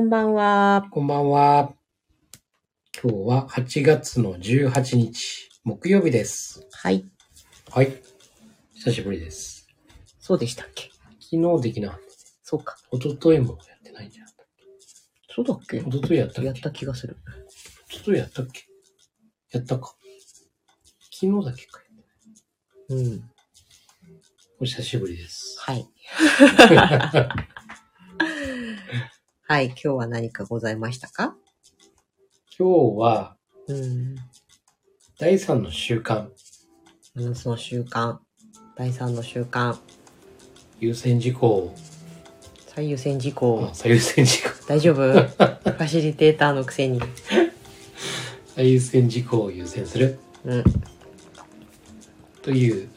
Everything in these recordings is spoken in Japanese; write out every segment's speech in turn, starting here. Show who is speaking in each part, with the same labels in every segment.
Speaker 1: んばんは。
Speaker 2: こんばんは。今日は8月の18日、木曜日です。
Speaker 1: はい。
Speaker 2: はい。久しぶりです。
Speaker 1: そうでしたっけ
Speaker 2: 昨日できなかっ
Speaker 1: そうか。
Speaker 2: た。一昨日もやってないんじゃん。
Speaker 1: そうだっけ
Speaker 2: 一昨日やったっ
Speaker 1: やっ
Speaker 2: け
Speaker 1: た気がする。
Speaker 2: 一昨日やったっけやったか。昨日だけか。
Speaker 1: うん。
Speaker 2: お久しぶりです。
Speaker 1: はい。はい。今日は何かございましたか
Speaker 2: 今日は
Speaker 1: うん。
Speaker 2: 第3の習慣、
Speaker 1: バランスの習慣。第3の習慣。
Speaker 2: 優先事項を、
Speaker 1: 最優先事項
Speaker 2: あ。最優先事項、
Speaker 1: 大丈夫 ファシリテーターのくせに。
Speaker 2: 最優先事項を優先する
Speaker 1: うん。
Speaker 2: というと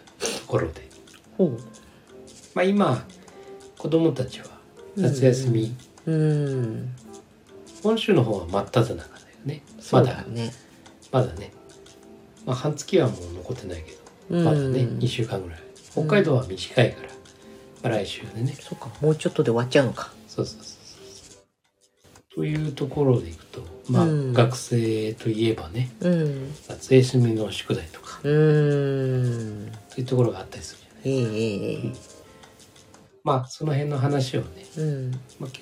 Speaker 2: ころで。
Speaker 1: ほう。
Speaker 2: まあ今、子供たちは夏休み、
Speaker 1: うん。
Speaker 2: 本州の方は真っ只中だよね。
Speaker 1: そ
Speaker 2: ま
Speaker 1: うだ
Speaker 2: だ、
Speaker 1: ね。
Speaker 2: まだね。まあ半月はもう残ってないけ
Speaker 1: う
Speaker 2: ど、
Speaker 1: ん
Speaker 2: まだね、2週間ぐらい。北海道は短いから、まあ来週でね。
Speaker 1: そうか。もうちょっとで終わっちゃうのか。
Speaker 2: そうそうそうそう。というところでいくと、まあ、
Speaker 1: うん
Speaker 2: 学生といえばね、
Speaker 1: うん。
Speaker 2: 夏休みの宿題とか、
Speaker 1: うん。
Speaker 2: というところがあったりするじゃない。
Speaker 1: えええええ
Speaker 2: まあ、その辺の話をね、
Speaker 1: え。うん。
Speaker 2: まあ、今日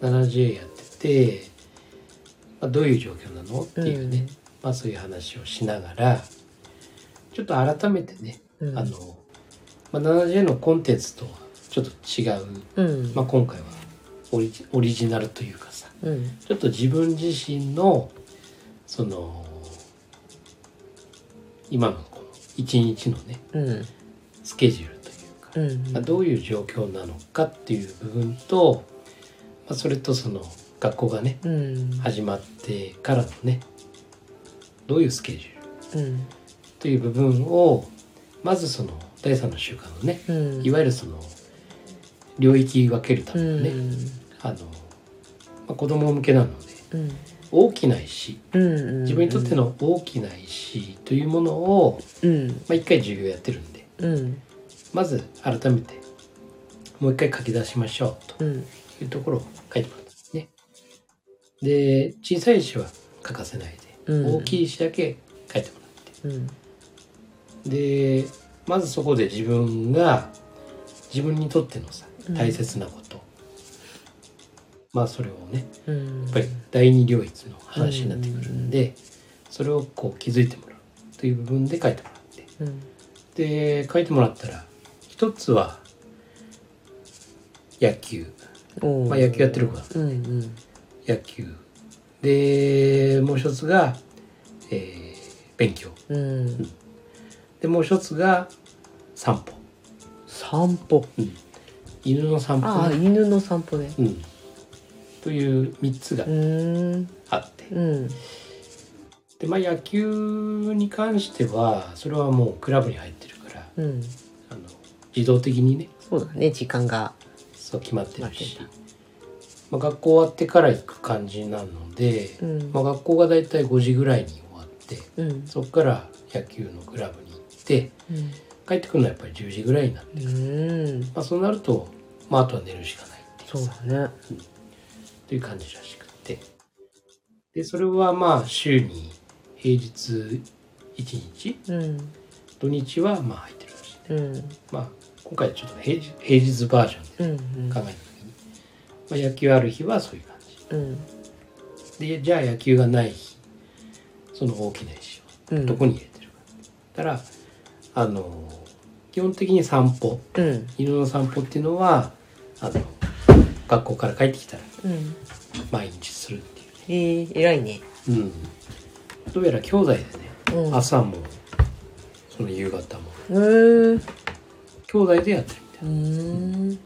Speaker 2: 70A やってて、まあ、どういう状況なのっていうね、
Speaker 1: うん
Speaker 2: まあ、そういう話をしながら、ちょっと改めてね、
Speaker 1: うん
Speaker 2: あの、まあ、70A のコンテンツとはちょっと違う、
Speaker 1: うん。
Speaker 2: まあ、今回はオリジオリジナルというかさ、
Speaker 1: うん。
Speaker 2: ちょっと自分自身のその今のこの一日のね
Speaker 1: うん。
Speaker 2: スケジュールというか、
Speaker 1: うん。
Speaker 2: まあどういう状況なのかっていう部分と、まあ、それとその学校がね
Speaker 1: うん。
Speaker 2: 始まってからのねどういうスケジュール
Speaker 1: うん。
Speaker 2: という部分をまずその第三の習慣のね
Speaker 1: うん。
Speaker 2: いわゆるその領域分けるた
Speaker 1: う
Speaker 2: めの
Speaker 1: ん。
Speaker 2: ね、あの、まあ、子供向けなので
Speaker 1: うん。
Speaker 2: 大きな石
Speaker 1: うん。
Speaker 2: 自分にとって。の大きな石というものを、
Speaker 1: うん。
Speaker 2: まあ、1回授業やってるんで
Speaker 1: うん。
Speaker 2: まず改めてもう1回書き出しましょうと
Speaker 1: うん。
Speaker 2: いうところを書いてもらったんですね。で小さい石は書かせないで、
Speaker 1: うん
Speaker 2: 大きい石だけ書いてもらっ
Speaker 1: うん。
Speaker 2: てでまずそこで自分が自分にとってのさ
Speaker 1: うん
Speaker 2: 大切なこと、まあそれをね
Speaker 1: うん。や
Speaker 2: やっぱり第二領域の話になってくるんで、それをこう気づいてもらうという部分で書いてもらって
Speaker 1: うん。
Speaker 2: で書いてもらったら一つは野球、
Speaker 1: お
Speaker 2: まあ、野球やってる子は
Speaker 1: うん。うん。
Speaker 2: 野球でもう一つが、えー勉強
Speaker 1: うん。
Speaker 2: でもう一つが散歩
Speaker 1: 散歩。
Speaker 2: 犬の散
Speaker 1: あ
Speaker 2: 歩
Speaker 1: あ、
Speaker 2: ね、
Speaker 1: 犬の散歩ね。
Speaker 2: うん、という3つが
Speaker 1: うん。
Speaker 2: あって
Speaker 1: うん。
Speaker 2: で、まあ、野球に関してはそれはもうクラブに入ってるから
Speaker 1: うん。
Speaker 2: あの自動的にね
Speaker 1: そうだね、時間が。
Speaker 2: そう決まってるし
Speaker 1: 決まっ、
Speaker 2: まあ、学校終わってから行く感じなので、
Speaker 1: うん
Speaker 2: まあ、学校がだいたい5時ぐらいに終わって
Speaker 1: うん。
Speaker 2: そこから野球のクラブに行って
Speaker 1: うん。
Speaker 2: 帰ってくるのはやっぱり10時ぐらいになって、
Speaker 1: うん。
Speaker 2: まあ、そうなると、まあ、あとは寝るしかないっていう
Speaker 1: そう
Speaker 2: さ
Speaker 1: だね。
Speaker 2: という感じらしくてでそれはまあ週に平日1日
Speaker 1: うん。
Speaker 2: 土日はまあ入ってるらしいね、
Speaker 1: うん。
Speaker 2: まあ、今回ちょっと平日平日バージョンで
Speaker 1: うん。
Speaker 2: 考えた時に、まあ、野球ある日はそういう感
Speaker 1: うん。
Speaker 2: じでじゃあ野球がない日その大きな石
Speaker 1: う
Speaker 2: を
Speaker 1: ん。
Speaker 2: どこに入れてるか、だからあの基本的に散歩
Speaker 1: うん。
Speaker 2: 犬の散歩っていうのはあの学校から帰ってきたら
Speaker 1: うん。
Speaker 2: 毎日するってい
Speaker 1: ええ、偉いね。
Speaker 2: うね、うん、どうやら兄弟でね、
Speaker 1: うん
Speaker 2: 朝もその夕方も
Speaker 1: うん。
Speaker 2: 兄弟でやってるみたい
Speaker 1: う
Speaker 2: な
Speaker 1: ん。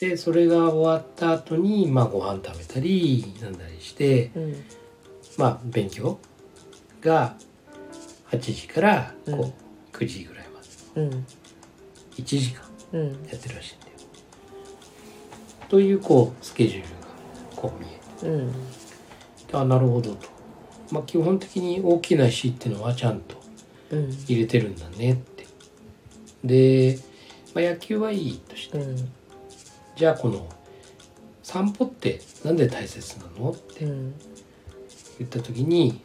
Speaker 2: でそれが終わった後にまあご飯食べたりなんだりして
Speaker 1: うん。
Speaker 2: まあ、勉強が8時からこう、
Speaker 1: うん
Speaker 2: 9時ぐらいまで
Speaker 1: うん。
Speaker 2: 1時間
Speaker 1: うん。
Speaker 2: やってるらしいんだよ。というこうスケジュールがこう見え
Speaker 1: うん。
Speaker 2: てあなるほどと、まあ、基本的に大きな石っていうのはちゃんと
Speaker 1: うん。
Speaker 2: 入れてるんだねって。で、まあ、野球はいいとして
Speaker 1: うん。
Speaker 2: じゃあこの散歩ってなんで大切なのって
Speaker 1: うん
Speaker 2: 言った時に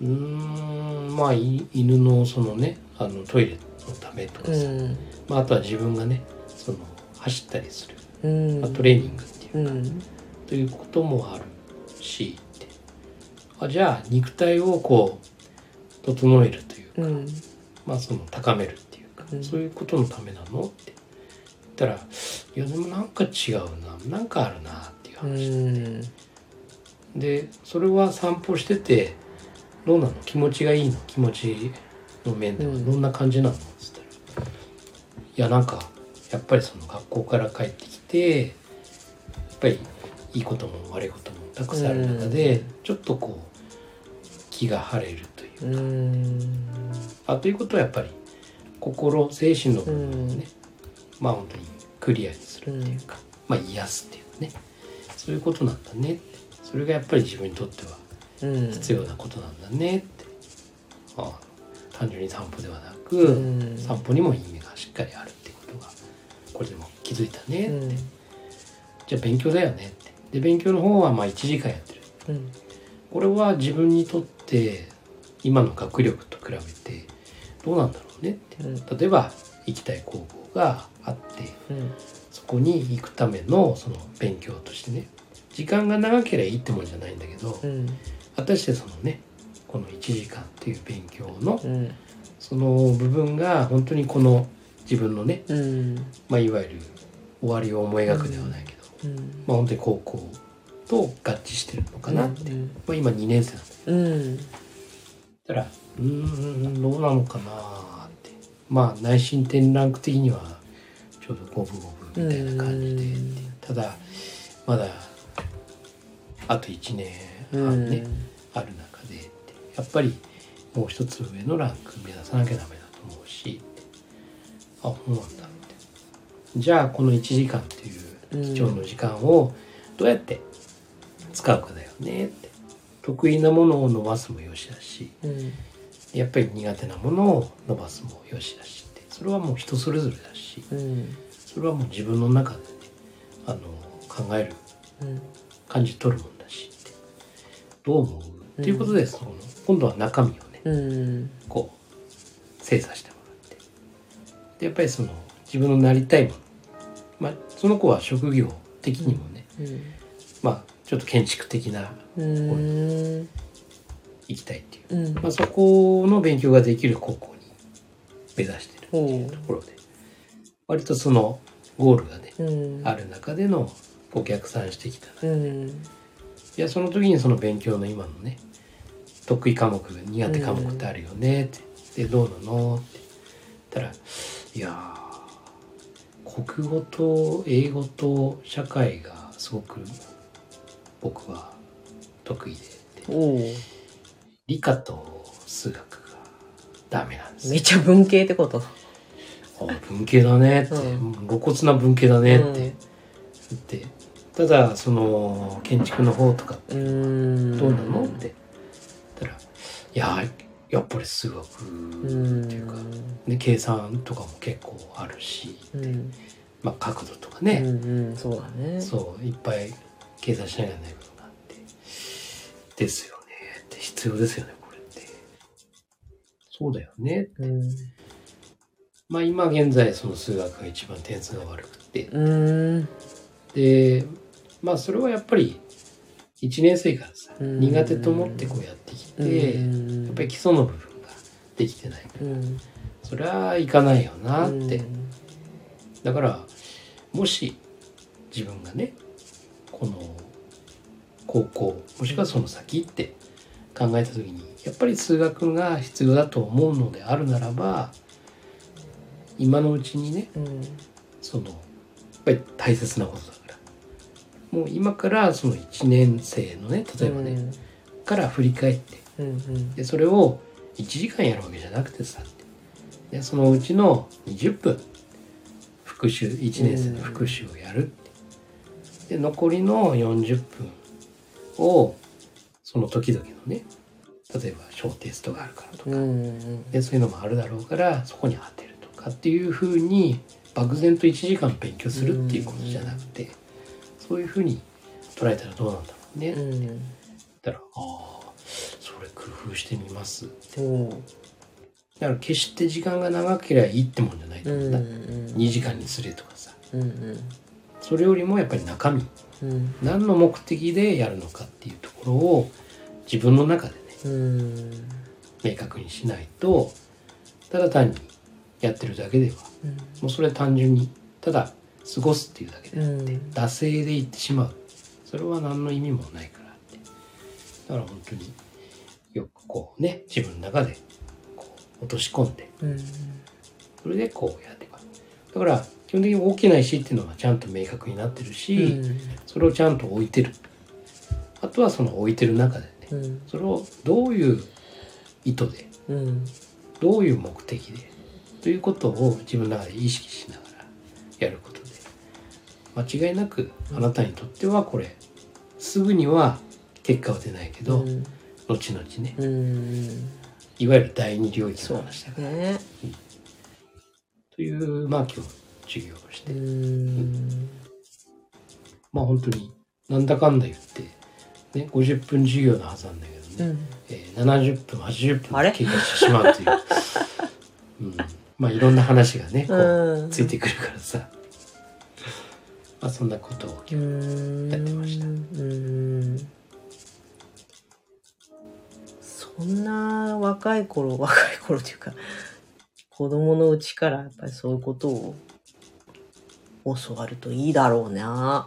Speaker 2: うーんまあい犬のそのねあのトイレのためとかさ、
Speaker 1: うん
Speaker 2: まあ、あとは自分がねその走ったりする、
Speaker 1: うん
Speaker 2: まあ、トレーニングっていう、
Speaker 1: うん
Speaker 2: ということもあるしってあじゃあ肉体をこう整えるというか、
Speaker 1: うん
Speaker 2: まあその高めるっていうか、
Speaker 1: うん
Speaker 2: そういうことのためなのって言ったらいやでもなんか違うななんかあるなっていう
Speaker 1: う
Speaker 2: 話、
Speaker 1: ん
Speaker 2: でそれは散歩しててどうなの気持ちがいいの気持ちの面ではど
Speaker 1: うん
Speaker 2: んな感じなのって言ったらいやなんかやっぱりその学校から帰ってきてやっぱりいいことも悪いこともたくさんある中で、ちょっとこう気が晴れるという
Speaker 1: うん
Speaker 2: あということはやっぱり心精神の部分をね、
Speaker 1: うん
Speaker 2: まあ本当にクリアにするっていうか、まあ癒すっていうねそういうことなんだねってそれがやっぱり自分にとっては
Speaker 1: うん
Speaker 2: 必要なことなんだねって、まあ、単純に散歩ではなく、
Speaker 1: うん
Speaker 2: 散歩にも意味がしっかりあるってことがこれでも気づいたね、
Speaker 1: うん
Speaker 2: じゃあ勉強だよねってで勉強の方はまあ1時間やってる
Speaker 1: うん
Speaker 2: これは自分にとって今の学力と比べてどうなんだろうねって
Speaker 1: うん
Speaker 2: 例えば行きたい高校があって
Speaker 1: うん
Speaker 2: そこに行くためのその勉強としてね時間が長ければいいってもんじゃないんだけど
Speaker 1: うん
Speaker 2: 果たしてそのねこの1時間っていう勉強の
Speaker 1: うん
Speaker 2: その部分が本当にこの自分のね、
Speaker 1: うん
Speaker 2: まあ、いわゆる終わりを思い描くではないけど、
Speaker 1: うん
Speaker 2: まあ本当に高校と合致してるのかな、ま
Speaker 1: うん
Speaker 2: あ、今2年生なんだ
Speaker 1: うん
Speaker 2: たら「うーんどうなのかな」ってまあ内申点ランク的にはちょうど五分五分みたいな感じで
Speaker 1: うん
Speaker 2: ただまだあと1年
Speaker 1: うん
Speaker 2: 半ねある中でやっぱりもう一つ上のランク目指さなきゃダメだと思うしあそうなんだってじゃあこの1時間っていう貴重な時間をどうやって使うかだよねって得意なものを伸ばすもよしだし
Speaker 1: うん
Speaker 2: やっぱり苦手なものを伸ばすもよしだしってそれはもう人それぞれだし
Speaker 1: うん
Speaker 2: それはもう自分の中でねあの考える
Speaker 1: うん
Speaker 2: 感じ取るもんだしってどう思う、っていうことでその今度は中身をね
Speaker 1: うん
Speaker 2: こう精査してもらってでやっぱりその自分のなりたいもの、まあ、その子は職業的にもね、まあちょっと建築的な
Speaker 1: うん
Speaker 2: 行きたいっていう、
Speaker 1: うん
Speaker 2: まあ、そこの勉強ができる高校に目指してる
Speaker 1: ほう
Speaker 2: ところで割とそのゴールがね
Speaker 1: うん
Speaker 2: ある中でのお客さんしてきたな
Speaker 1: うん
Speaker 2: いやその時にその勉強の今のね得意科目苦手科目ってあるよねって、でどうなのって言ったら「いやー国語と英語と社会がすごく僕は得意で」って
Speaker 1: おう
Speaker 2: 理科と数学がダメなんです
Speaker 1: めっ
Speaker 2: よ。
Speaker 1: ちゃ文系ってこと
Speaker 2: あ文系だねって、
Speaker 1: う
Speaker 2: 露骨な文系だねって、
Speaker 1: うん
Speaker 2: 言ってただその建築の方とか
Speaker 1: うん
Speaker 2: どうなのって言ったら「いややっぱり数学
Speaker 1: うん
Speaker 2: っていうか、ね、計算とかも結構あるし、
Speaker 1: うん
Speaker 2: まあ、角度とか
Speaker 1: う
Speaker 2: ね、
Speaker 1: んうんそうだね
Speaker 2: そういっぱい計算しなきゃいけないことがあって「ですよね」って「必要ですよねこれって」そうだよね
Speaker 1: うん
Speaker 2: まあ今現在その数学が一番点数が悪くて
Speaker 1: うん
Speaker 2: でまあそれはやっぱり1年生からさ
Speaker 1: うん
Speaker 2: 苦手と思ってこうやってきて、
Speaker 1: うん
Speaker 2: やっぱり基礎の部分ができてない
Speaker 1: うん
Speaker 2: そりゃいかないよなって、
Speaker 1: うん
Speaker 2: だからもし自分がねこの高校もしくはその先って考えた時にやっぱり数学が必要だと思うのであるならば今のうちにね
Speaker 1: うん
Speaker 2: そのやっぱり大切なことだからもう今からその1年生のね例えばね、から振り返って
Speaker 1: うんうん
Speaker 2: でそれを1時間やるわけじゃなくてさでそのうちの20分復習1年生の復習をやるってで残りの40分をその時々のね例えば小テストがあるからとか
Speaker 1: うんうん
Speaker 2: でそういうのもあるだろうからそこに当てるとかっていうふうに漠然と1時間勉強するっていうことじゃなくてそういうふうに捉えたらどうなんだろうね、
Speaker 1: う
Speaker 2: だ
Speaker 1: ん
Speaker 2: ったらああそれ工夫してみます
Speaker 1: おう
Speaker 2: だから決して時間が長ければいいってもんじゃないと
Speaker 1: う
Speaker 2: 思うん
Speaker 1: ん
Speaker 2: だ、
Speaker 1: うん
Speaker 2: 2時間にすれとかさ
Speaker 1: うんうん
Speaker 2: それよりもやっぱり中身
Speaker 1: うん
Speaker 2: 何の目的でやるのかっていうところを自分の中でね
Speaker 1: うん
Speaker 2: 明確にしないとただ単にやってるだけではもうそれは単純にただ過ごすっていうだけで
Speaker 1: うん
Speaker 2: 惰性でいってしまうそれは何の意味もないからってだから本当によくこうね自分の中でこう落とし込んで
Speaker 1: うん
Speaker 2: それでこうやっていくだから基本的に大きな石っていうのはちゃんと明確になってるし、それをちゃんと置いてるあとはその置いてる中でね
Speaker 1: うん
Speaker 2: それをどういう意図で
Speaker 1: うん
Speaker 2: どういう目的でということを自分の中で意識しながらやることで間違いなくあなたにとってはこれすぐには結果は出ないけど、
Speaker 1: うん
Speaker 2: 後々ね
Speaker 1: うん
Speaker 2: いわゆる第二領域の話だから
Speaker 1: ね
Speaker 2: というまあ今日授業をして、
Speaker 1: うん
Speaker 2: まあ本当になんだかんだ言って、ね、50分授業のはずなんだけどね、
Speaker 1: うん
Speaker 2: えー70分80
Speaker 1: あれ
Speaker 2: 分経過してしま うという、うん、まあいろんな話がねこう
Speaker 1: うん
Speaker 2: ついてくるからさ、まあそんなことを
Speaker 1: や
Speaker 2: やってました
Speaker 1: そんな若い頃若い頃というか子供のうちからやっぱりそういうことを教わるといいだろうな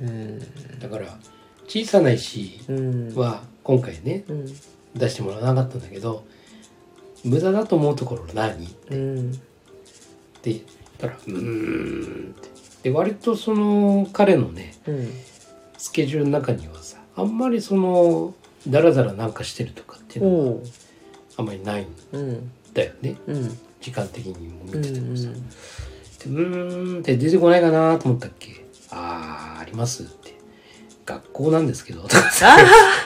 Speaker 2: うん
Speaker 1: うん
Speaker 2: だから小さな石
Speaker 1: うん
Speaker 2: は今回ね
Speaker 1: うん
Speaker 2: 出してもらわなかったんだけど無駄だと思うところ何っ
Speaker 1: うん
Speaker 2: て言ったら「うーん」ってで割とその彼のね
Speaker 1: うん
Speaker 2: スケジュールの中にはさあんまりそのダラダラなんかしてるとかっていうのは
Speaker 1: おう
Speaker 2: あんまりないん
Speaker 1: うん
Speaker 2: だよね
Speaker 1: うん
Speaker 2: 時間的にも
Speaker 1: う
Speaker 2: 見
Speaker 1: ん
Speaker 2: ててもさ。
Speaker 1: うん
Speaker 2: でうーんって出てこないかなと思ったっけあーありますって学校なんですけどとかさ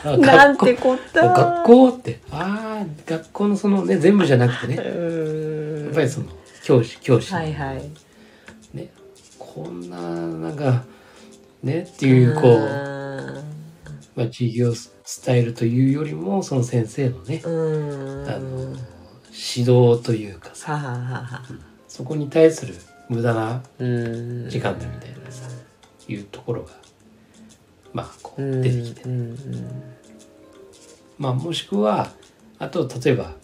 Speaker 2: あ
Speaker 1: なん
Speaker 2: 学校
Speaker 1: てこった
Speaker 2: 学校ってああ学校のそのね全部じゃなくてね
Speaker 1: うん
Speaker 2: やっぱりその教師教師、
Speaker 1: はいはい
Speaker 2: ねこんななんかねっていうこうまあ、授業スタイルというよりもその先生のね
Speaker 1: うん
Speaker 2: あの指導というかさ
Speaker 1: はははは
Speaker 2: そこに対する無駄な
Speaker 1: うん
Speaker 2: 時間だみたいなさいうところがまあこ
Speaker 1: うん
Speaker 2: う出てきて、
Speaker 1: うん
Speaker 2: まあ、もしくはあと例えば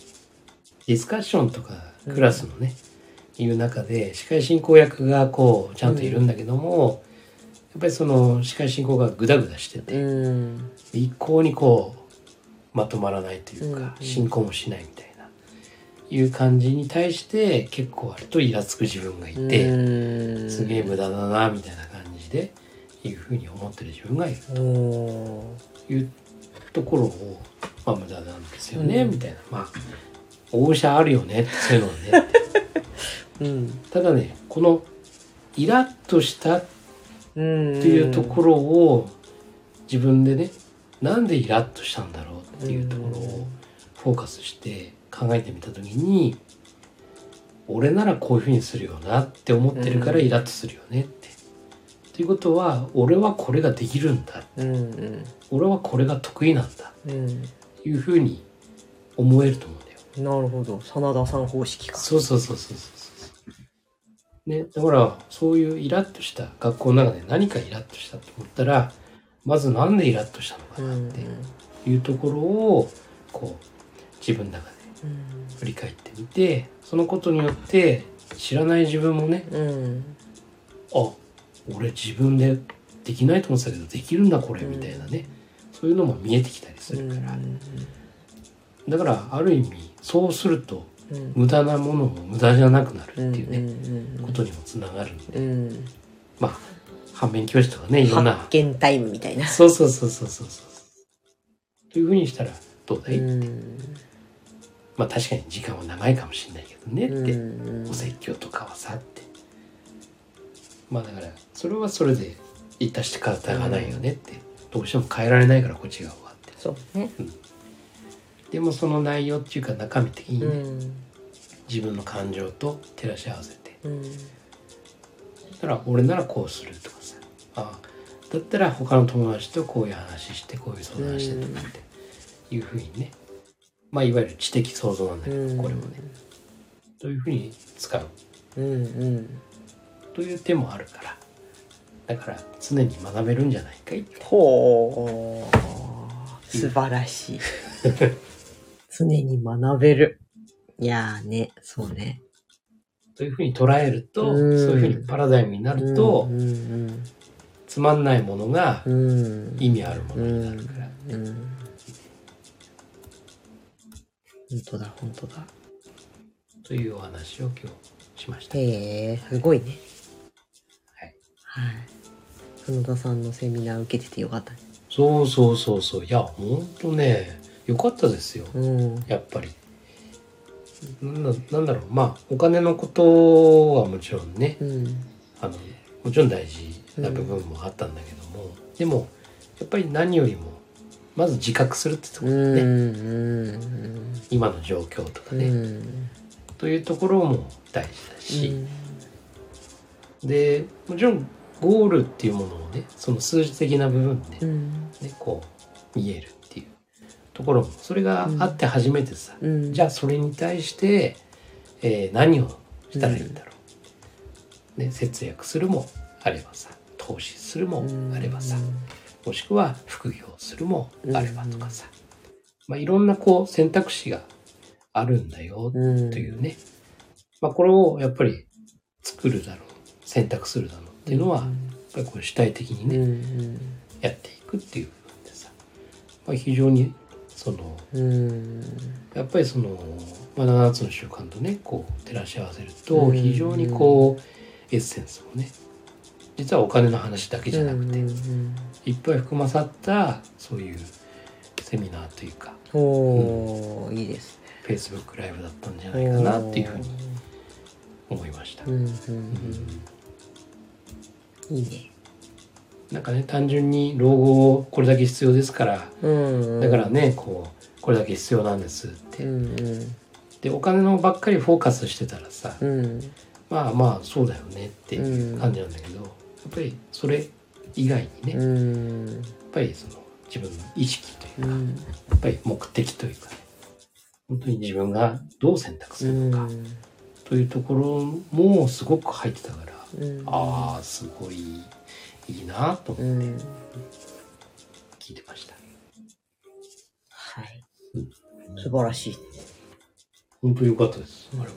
Speaker 2: ディスカッションとかクラスのね、いう中で司会進行役がこうちゃんといるんだけども、やっぱりその司会進行がグダグダして
Speaker 1: う
Speaker 2: て、
Speaker 1: ん
Speaker 2: 一向にこうまとまらないという
Speaker 1: うんう
Speaker 2: か
Speaker 1: ん、
Speaker 2: 進行もしないみたいないう感じに対して結構割とイラつく自分がい
Speaker 1: うん
Speaker 2: て、
Speaker 1: うん
Speaker 2: すげえ無駄だなみたいな感じでいうふうに思ってる自分がいる
Speaker 1: お
Speaker 2: いうところを、まあ、無駄なんですよね、
Speaker 1: うん
Speaker 2: みたいなまあ応者あるよねってそういうのはね
Speaker 1: ーうん
Speaker 2: ただねこのイラッとしたっ
Speaker 1: うん
Speaker 2: ていうところを自分でねなんでイラッとしたんだろうっていうところ
Speaker 1: うん
Speaker 2: をフォーカスして考えてみた時に俺ならこういうふうにするよなって思ってるから
Speaker 1: うん
Speaker 2: イラッとするよねって。ということは俺はこれができるんだ
Speaker 1: うんうん
Speaker 2: 俺はこれが得意なんだ
Speaker 1: うん
Speaker 2: いうふうに思えると思うんだよ。
Speaker 1: なるほど真田さん方式か
Speaker 2: そうそうそうそうそうそう。ね、だからそういうイラッとした学校の中で何かイラッとしたと思ったらまずなんでイラッとしたのか
Speaker 1: う
Speaker 2: なんっていうところをこう自分の中で振り返ってみてそのことによって知らない自分もね
Speaker 1: うんうん
Speaker 2: あ俺自分でできないと思ってたけどできるんだこれみたいなねそういうのも見えてきたりするからだからある意味そうすると
Speaker 1: うん
Speaker 2: 無駄なものも無駄じゃなくなるって
Speaker 1: うん
Speaker 2: いうね
Speaker 1: うん
Speaker 2: ことにもつながるんで
Speaker 1: うん
Speaker 2: まあ反面教師とかねいろんな
Speaker 1: 発見タイムみたいな
Speaker 2: そうそうそうそうそうそうというふうにしたらどうだい、
Speaker 1: うん
Speaker 2: まあ確かに時間は長いかもしれないけどねって、
Speaker 1: うん
Speaker 2: お説教とかはさってまあだからそれはそれでいたして方がないよねって、どうしても変えられないからこっち側はって
Speaker 1: そうね
Speaker 2: でもその内容っていうか中身的にね、
Speaker 1: うん
Speaker 2: 自分の感情と照らし合わせて
Speaker 1: うん
Speaker 2: だから俺ならこうするとかさあだったら他の友達とこういう話してこういう相談してとかっていうふうにねまあいわゆる知的想像なんだけどこれもねというふうに使う
Speaker 1: うんうん
Speaker 2: という手もあるからだから常に学べるんじゃないかいって
Speaker 1: ほう素晴らしい 常に学べるいやーねそうね
Speaker 2: というふうに捉えるとそう
Speaker 1: うん
Speaker 2: いうふうにパラダイムになると
Speaker 1: うん
Speaker 2: つまんないものが
Speaker 1: うんうん
Speaker 2: 意味あるものになるから
Speaker 1: うん本当だ本当だ
Speaker 2: というお話を今日しました。
Speaker 1: へえすごいね
Speaker 2: はい
Speaker 1: はい園田さんのセミナー受けててよかったね
Speaker 2: そうそうそうそういやほんとね良かったですよ
Speaker 1: うん
Speaker 2: やっぱりなんだなんだろうまあお金のことはもちろんね
Speaker 1: うん
Speaker 2: あのもちろん大事な部分もあったんだけども、でもやっぱり何よりもまず自覚するってとこ
Speaker 1: う
Speaker 2: ろ
Speaker 1: ん
Speaker 2: ね、
Speaker 1: うん
Speaker 2: 今の状況とか
Speaker 1: うん
Speaker 2: ね、
Speaker 1: うん
Speaker 2: というところも大事だし、でもちろんゴールっていうものをねその数字的な部分で
Speaker 1: う
Speaker 2: ね、
Speaker 1: ん
Speaker 2: こう見えるっていうところもそれがあって初めてさ、
Speaker 1: うん
Speaker 2: じゃあそれに対して、えー何をしたらいいんだろう、ね、節約するもあればさ投資するもあればさ、もしくは副業するもあればとかさ、まあ、いろんなこう選択肢があるんだよ
Speaker 1: うん
Speaker 2: というね、まあ、これをやっぱり作るだろう選択するだろうっていうの
Speaker 1: う
Speaker 2: は、やっ
Speaker 1: ん
Speaker 2: ぱりこう主体的に
Speaker 1: う
Speaker 2: ね、
Speaker 1: ん
Speaker 2: やっていくっていう部分でさ、まあ、非常にその
Speaker 1: うん
Speaker 2: やっぱりその、まあ、7つの習慣とねこう照らし合わせる
Speaker 1: う
Speaker 2: と
Speaker 1: ん
Speaker 2: 非常にこうエッセンスもね実はお金の話だけじゃなくて
Speaker 1: うん
Speaker 2: いっぱい含まさったそういうセミナーというか
Speaker 1: おーいいですね
Speaker 2: Facebook ライブだったんじゃないかなっていうふうに思いました
Speaker 1: う。んうん
Speaker 2: うん
Speaker 1: うんいいね
Speaker 2: なんかね単純に老後をこれだけ必要ですから
Speaker 1: うんうん
Speaker 2: だからねこうこれだけ必要なんですっ
Speaker 1: う
Speaker 2: て
Speaker 1: んうん
Speaker 2: でお金のばっかりフォーカスしてたらさ
Speaker 1: うん
Speaker 2: まあまあそうだよねっていう感じなんだけど、やっぱりそれ以外にね、やっ
Speaker 1: うん
Speaker 2: ぱりその自分の意識という
Speaker 1: う
Speaker 2: か、や
Speaker 1: ん
Speaker 2: っぱり目的というかね本当に自分がどう選択す
Speaker 1: う
Speaker 2: るのか
Speaker 1: ん
Speaker 2: というところもすごく入ってたから、
Speaker 1: うん
Speaker 2: ああすごいいいなと
Speaker 1: う
Speaker 2: 思って
Speaker 1: ん
Speaker 2: 聞いてました、
Speaker 1: はい素晴らしい
Speaker 2: 本当に良かったですあれは、や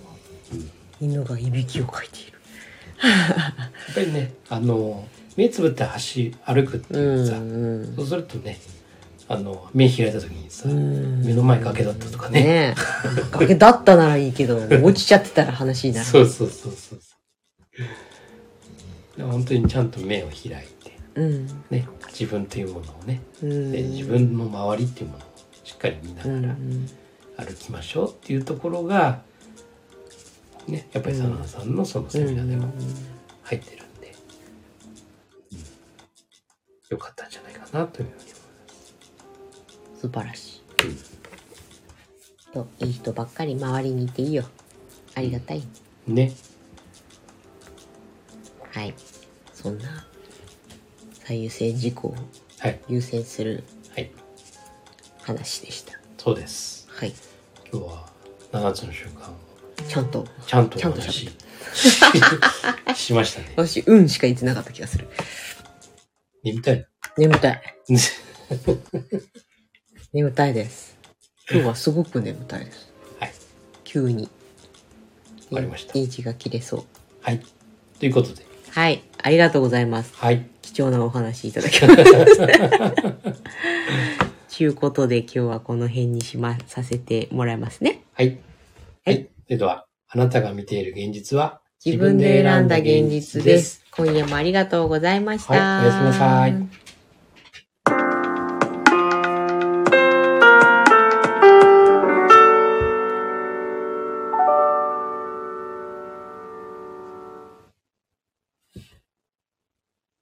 Speaker 1: 犬がいびきをかいている
Speaker 2: っぱりねあの目つぶって走歩くっていうさ、
Speaker 1: うん
Speaker 2: そうするとねあの目開いた時にさ、
Speaker 1: ん
Speaker 2: 目の前崖だったとかね
Speaker 1: ねえ崖だったならいいけど落ちちゃってたら話になる
Speaker 2: そうそうそうそうそうで本当にちゃんと目を開いて、
Speaker 1: うん
Speaker 2: ね、自分というものをね、
Speaker 1: うん
Speaker 2: で自分の周りっていうものをしっかり見な
Speaker 1: う
Speaker 2: が
Speaker 1: ん
Speaker 2: ら歩きましょうっていうところが、ね、やっぱり真田さんのそのセミナーでも入ってるんで、うんよかったんじゃないかなというふうに
Speaker 1: 素晴らしい
Speaker 2: 思い
Speaker 1: といい人ばっかり周りにいていいよありがたい
Speaker 2: ます。
Speaker 1: はいそんな最優先事項を
Speaker 2: ねはい
Speaker 1: 優先する
Speaker 2: はい
Speaker 1: 話でした
Speaker 2: そうです
Speaker 1: はい
Speaker 2: 今日は7つの習慣を
Speaker 1: ちゃんと
Speaker 2: ちゃんと
Speaker 1: ちゃ
Speaker 2: お
Speaker 1: んと
Speaker 2: 話し
Speaker 1: 喋っ
Speaker 2: しましたね。
Speaker 1: 私「うん」しか言ってなかった気がする
Speaker 2: 眠たいな。
Speaker 1: 眠たい眠たいです今日はすごく眠たいです
Speaker 2: はい。
Speaker 1: 急に
Speaker 2: わかりました
Speaker 1: リーチが切れそう
Speaker 2: はい。ということで、
Speaker 1: はいありがとうございます
Speaker 2: はい。
Speaker 1: 貴重なお話いただきましたちゅうことで今日はこの辺にしまさせてもらいますね
Speaker 2: はい。
Speaker 1: は
Speaker 2: はいい。それでは、あなたが見ている現実は
Speaker 1: 自分で選んだ現実です。今夜もありがとうございました、
Speaker 2: はいおやすみなさい